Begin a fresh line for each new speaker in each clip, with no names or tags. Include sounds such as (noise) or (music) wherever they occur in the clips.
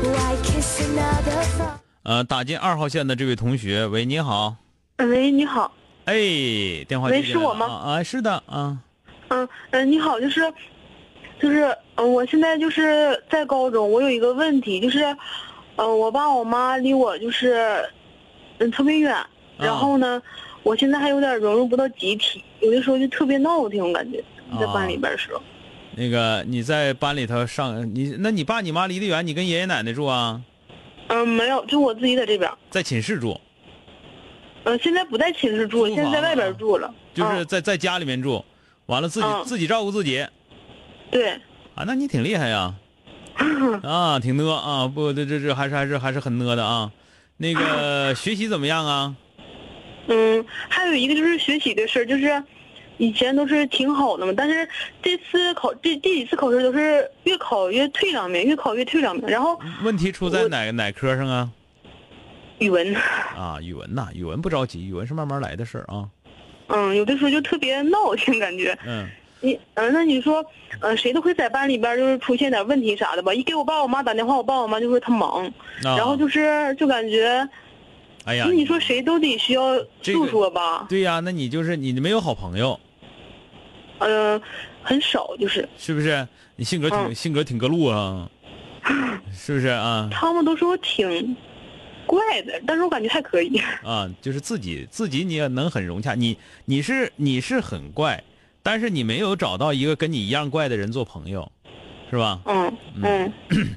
Why kiss another frog?
呃，打进二号线的这位同学，喂，你好，
呃喂，你好，
哎，电话
喂
接进来
是我
了
吗
啊，啊是的，啊，
嗯嗯、呃你好，就是，就是，嗯、我现在就是在高中，我有一个问题，就是，嗯、我爸我妈离我就是，嗯，特别远，然后呢，我现在还有点融入不到集体，有的时候就特别闹挺，我感觉在
啊
班里边的时候，
那个你在班里头上，你那你爸你妈离得远，你跟爷爷奶奶住啊，
嗯、没有，就我自己在这边，
在寝室住，
嗯、现在不在寝室住，
租
现在在
房啊
外边住了，
就是
嗯
在在家里面住，完了自己、
嗯
自己照顾自己啊，
对，
那你挺厉害
(laughs)
呀，啊，挺呢啊，不，这这这还是还是还是很呢的啊。那
(laughs)
个学习怎么样啊？
嗯，还有一个就是学习的事儿，就是以前都是挺好的嘛，但是这次考这这几次考试都是越考越退两名，越考越退两名。然后
问题出在
我
哪哪科上啊？
语文，
啊，语文呐、语文不着急，语文是慢慢来的事儿啊。
嗯，有的时候就特别闹挺感觉。
嗯，
你嗯、那你说，呃，谁都会在班里边儿就是出现点问题啥的吧？一给我爸我妈打电话，我爸我妈就说他忙，
啊、
然后就是就感觉，
哎呀
那，你说谁都得需要
这个
诉说吧？
对呀、那你就是你没有好朋友，
嗯、很少就是。
是不是？你性格挺、
嗯
性格挺个路
(laughs)
啊，是不是啊？
他们都说我挺怪的，但是我感觉还可以。
啊，就是自己自己你也能很融洽，你你是你是很怪，但是你没有找到一个跟你一样怪的人做朋友，是吧？
嗯嗯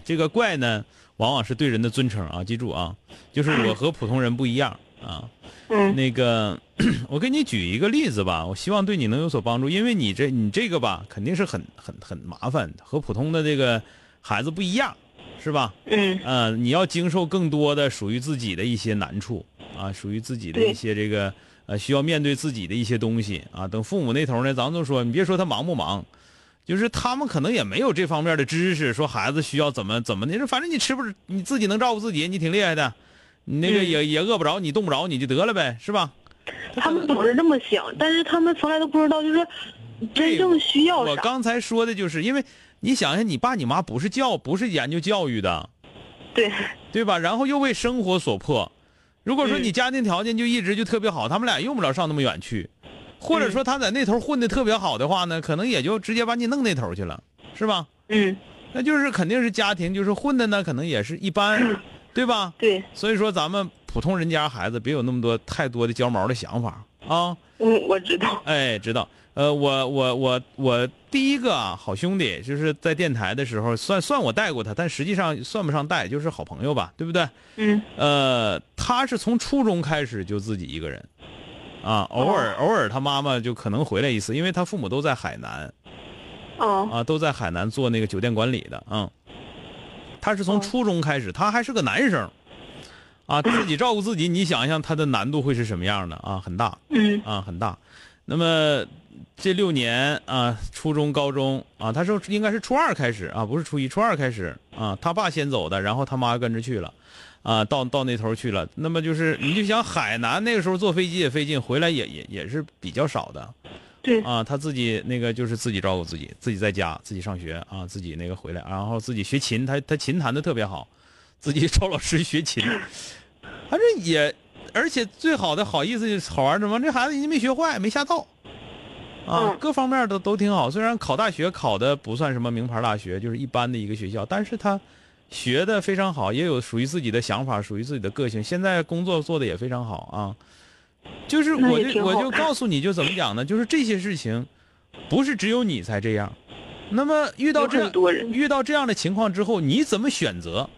这个怪呢，往往是对人的尊称啊，记住啊，就是我和普通人不一样啊。
嗯
那个， (clears throat) 我给你举一个例子吧，我希望对你能有所帮助，因为你这你这个吧，肯定是很很很麻烦，和普通的这个孩子不一样，是吧？
嗯
呃，你要经受更多的属于自己的一些难处啊，属于自己的一
对
些这个呃，需要面对自己的一些东西啊。等父母那头呢，咱们都说，你别说他忙不忙，就是他们可能也没有这方面的知识，说孩子需要怎么怎么的，反正你吃不你自己能照顾自己，你挺厉害的，你那个
嗯
也、也饿不着，你冻不着，你就得了呗，是吧？
他们总是这么想，但是他们从来都不知道，就是真正需要
我
啥。
刚才说的就是，因为你想想，你爸你妈不是教不是研究教育的，
对，
对吧？然后又为生活所迫。如果说
嗯
你家庭条件就一直就特别好，他们俩用不了上那么远去，或者说他在那头混的特别好的话呢，可能也就直接把你弄那头去了，是吧？
嗯，
那就是肯定是家庭就是混的呢，可能也是一般，对吧？
对，
所以说咱们普通人家孩子别有那么多太多的焦毛的想法啊。
嗯，我知道。
哎，知道。呃，我我我我第一个啊，好兄弟，就是在电台的时候，算算我带过他，但实际上算不上带，就是好朋友吧，对不对？
嗯
呃，他是从初中开始就自己一个人，啊，偶尔、偶尔他妈妈就可能回来一次，因为他父母都在海南
哦
啊，都在海南做那个酒店管理的，嗯。他是从
哦
初中开始，他还是个男生，啊，自己照顾自己，你想一想他的难度会是什么样的啊？很大
嗯
啊，很大。那么这六年啊，初中、高中啊，他说应该是初二开始啊，不是初一，初二开始啊，他爸先走的，然后他妈跟着去了，啊，到到那头去了。那么就是你就想海南那个时候坐飞机也费劲，回来也也也是比较少的
对
啊，他自己那个就是自己照顾自己，自己在家自己上学啊，自己那个回来，然后自己学琴，他他琴弹的特别好，自己找老师学琴，反正也。而且最好的好意思好玩儿什么？这孩子人家没学坏，没吓到，啊，
嗯
各方面都都挺好。虽然考大学考的不算什么名牌大学，就是一般的一个学校，但是他学的非常好，也有属于自己的想法，属于自己的个性。现在工作做的也非常好啊。就是
那
我
也
就
挺
我
好
就告诉你就怎么讲呢？就是这些事情，不是只有你才这样。那么遇到
有
这
很多人
遇到这样的情况之后，你怎么选择？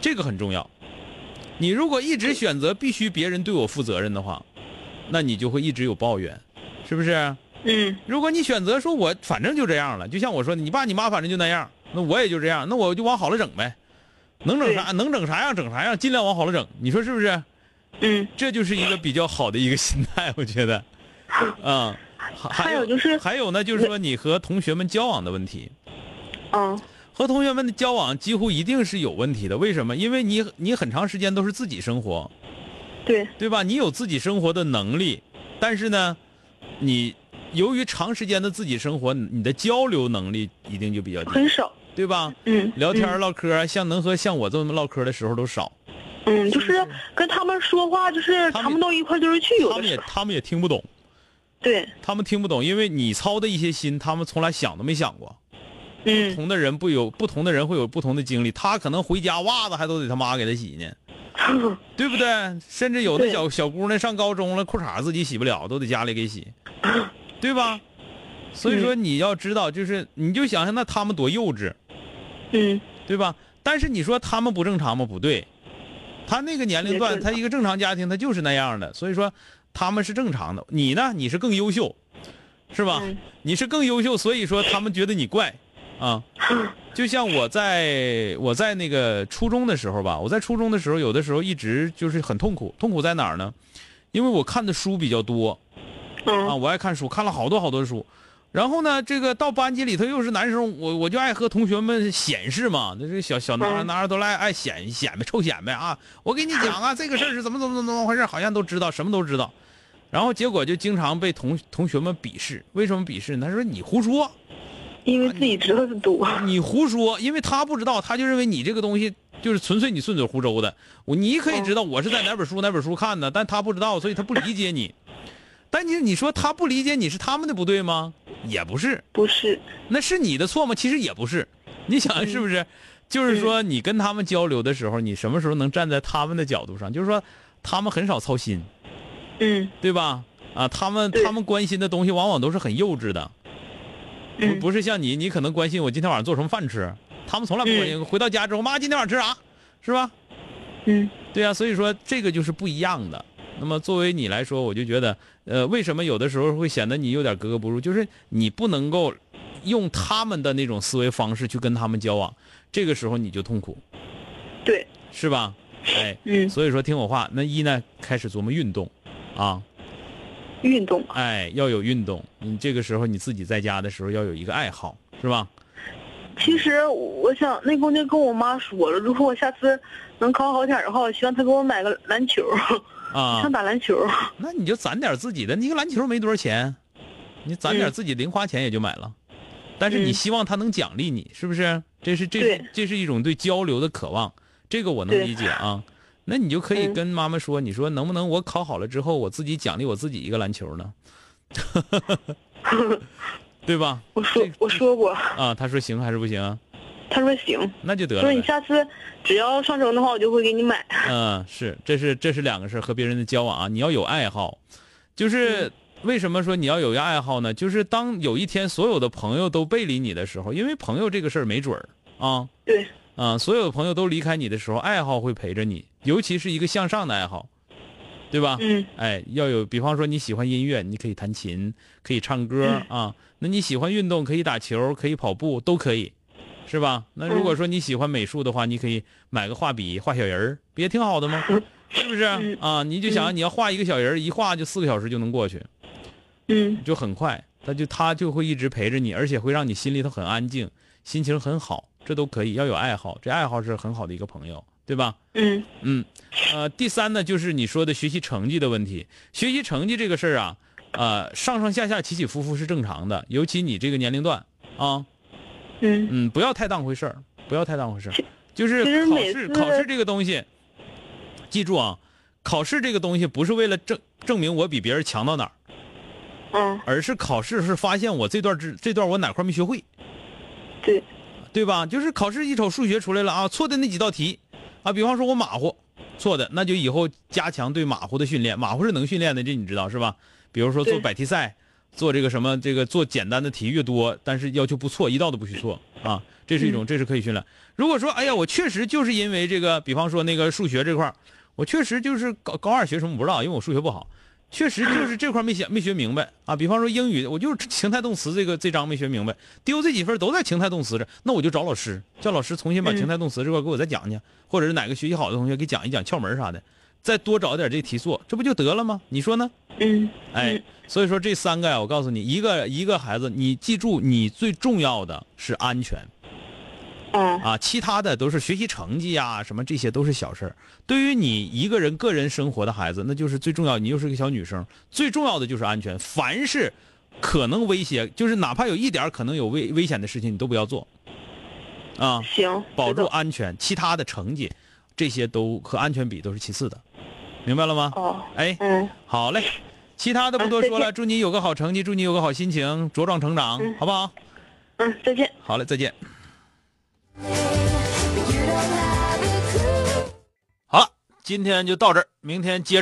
这个很重要。你如果一直选择必须别人对我负责任的话，那你就会一直有抱怨，是不是？
嗯
如果你选择说我反正就这样了，就像我说的，你爸你妈反正就那样，那我也就这样，那我就往好了整呗，能整啥能整啥样整啥样，尽量往好了整，你说是不是？
嗯，
这就是一个比较好的一个心态，我觉
(laughs)
得，啊、还还
还有就是
还有呢，就是说你和同学们交往的问题，
嗯，
和同学们的交往几乎一定是有问题的，为什么？因为你你很长时间都是自己生活，
对，
对吧？你有自己生活的能力，但是呢，你由于长时间的自己生活，你的交流能力一定就比较低，
很少。
对吧？
嗯，
聊天儿
嗯
唠嗑儿，啊像能和像我这么唠嗑儿的时候都少，
嗯，就是跟他们说话，就是
他们
谈不到一块儿就是去，有
他
的
们也
时候。
他们也听不懂，
对，
他们听不懂，因为你操的一些心，他们从来想都没想过。不
嗯，
同的人不有不同的人会有不同的经历，他可能回家袜子还都得他妈给他洗呢，对不对？甚至有的
对
小小姑娘上高中了，裤衩自己洗不了，都得家里给
(laughs)
洗，对吧？所以说你要知道，就是你就想想那他们多幼稚，
(laughs) 嗯，
对吧？但是你说他们不正常吗？不对，他那个年龄段，
也正
他
常
一个正常家庭，他就是那样的，所以说他们是正常的。你呢？你是更优秀，是吧？
嗯
你是更优秀，所以说他们觉得你怪啊。就像我在我在那个初中的时候吧，我在初中的时候，有的时候一直就是很痛苦，痛苦在哪儿呢？因为我看的书比较多，啊，
嗯，
我爱看书，看了好多好多书。然后呢，这个到班级里头又是男生，我我就爱和同学们显示嘛，那这小小男孩
嗯
男孩都爱爱显显摆臭显摆啊！我给你讲啊，这个事儿是怎么怎么怎么怎么回事，好像都知道，什么都知道。然后结果就经常被同同学们鄙视，为什么鄙视呢？他说你胡说，
因为自
啊
己知道的多。
你胡说，因为他不知道，他就认为你这个东西就是纯粹你顺嘴胡诌的。我你可以知道我是在哪本书哪本书看的，但他不知道，所以他不理解你。但你你说他不理解你是他们的不对吗？也不是，
不是，
那是你的错吗？其实也不是。你想想是不是？就是说你跟他们交流的时候，你什么时候能站在他们的角度上？就是说他们很少操心，
嗯
对吧？啊，他们
对
他们关心的东西往往都是很幼稚的。不
嗯，
不是像你，你可能关心我今天晚上做什么饭吃，他们从来不关心。回到家之后，妈今天晚上吃啥，是吧？
嗯
对啊，所以说这个就是不一样的。那么作为你来说，我就觉得，呃，为什么有的时候会显得你有点格格不入？就是你不能够用他们的那种思维方式去跟他们交往，这个时候你就痛苦，
对，
是吧？哎，
嗯，
所以说听我话，那一呢开始琢磨运动，啊，
运动，
哎，要有运动。你这个时候你自己在家的时候要有一个爱好，是吧？
其实我想那姑娘跟我妈说了，如果我下次能考好点儿的话，我希望她给我买个篮球，
啊，
想打篮球。
那你就攒点自己的，你一个篮球没多少钱，你攒点自己零花钱也就买了。但是你
嗯
希望他能奖励你，是不是？这是这是
对
这是一种对交流的渴望，这个我能
对
理解啊。那你就可以
嗯
跟妈妈说，你说能不能我考好了之后，我自己奖励我自己一个篮球
(laughs)
呢？对吧？
我说我说过，
啊，他说行还是不行啊？
她说行，
那就得了
说你
呗。
下次只要上升的话，我就会给你买。
嗯，是，这是这是两个事儿，和别人的交往啊，你要有爱好，就是为什么说你要有一个爱好呢？就是当有一天所有的朋友都背离你的时候，因为朋友这个事儿没准儿啊
对，
啊，所有的朋友都离开你的时候，爱好会陪着你，尤其是一个向上的爱好，对吧？
嗯
哎，要有，比方说你喜欢音乐，你可以弹琴，可以唱歌
嗯
啊。那你喜欢运动，可以打球，可以跑步，都可以，是吧？那如
嗯
果说你喜欢美术的话，你可以买个画笔画小人儿，不也挺好的吗？是不是
嗯
啊？你就想你要画一个小人儿，一画就四个小时就能过去，
嗯
就很快。他就他就会一直陪着你，而且会让你心里头很安静，心情很好，这都可以。要有爱好，这爱好是很好的一个朋友，对吧？
嗯
嗯，呃，第三呢，就是你说的学习成绩的问题。学习成绩这个事儿啊，呃，上上下下起起伏伏是正常的，尤其你这个年龄段啊，
嗯，
嗯，不要太当回事儿，不要太当回事儿
其。
就是
其实
考
每
试，
次
考试这个东西，记住啊，考试这个东西不是为了证证明我比别人强到哪儿，
嗯
而是考试是发现我这段知这段我哪块儿没学会，
对，
对吧？就是考试一瞅数学出来了啊，错的那几道题，啊，比方说我马虎，错的，那就以后加强对马虎的训练。马虎是能训练的，这你知道是吧？比如说做
对
百题赛，做这个什么，这个做简单的题越多，但是要求不错，一道都不许错啊，这是一
嗯
种，这是可以训练。如果说，哎呀，我确实就是因为这个，比方说那个数学这块儿我确实就是高高二学什么不知道，因为我数学不好，确实就是这块儿没想没学明白啊。比方说英语，我就是 (laughs) 情态动词这个这章没学明白，丢这几分都在情态动词这，那我就找老师，叫老师重新把
嗯
情态动词这块儿给我再讲讲，或者是哪个学习好的同学给讲一讲窍门儿啥的，再多找点这题做，这不就得了吗？你说呢？
嗯
哎，所以说这三个呀，我告诉你，一个一个孩子，你记住，你最重要的是安全。
嗯
啊，其他的都是学习成绩呀、什么这些都是小事儿。对于你一个人个人生活的孩子，那就是最重要。你又是个小女生，最重要的就是安全。凡是可能威胁，就是哪怕有一点儿可能有危危险的事情，你都不要做。啊，
行，
保
知
住
道
安全，其他的成绩，这些都和安全比都是其次的，明白了吗？
哦，
哎，
嗯
好嘞，其他的不
嗯
多
再
说了，祝你有个好成绩，祝你有个好心情，茁壮成长，好不好？
嗯，再见。
好嘞，再见。
But you don't have a clue.
好了，今天就到这儿，明天接着。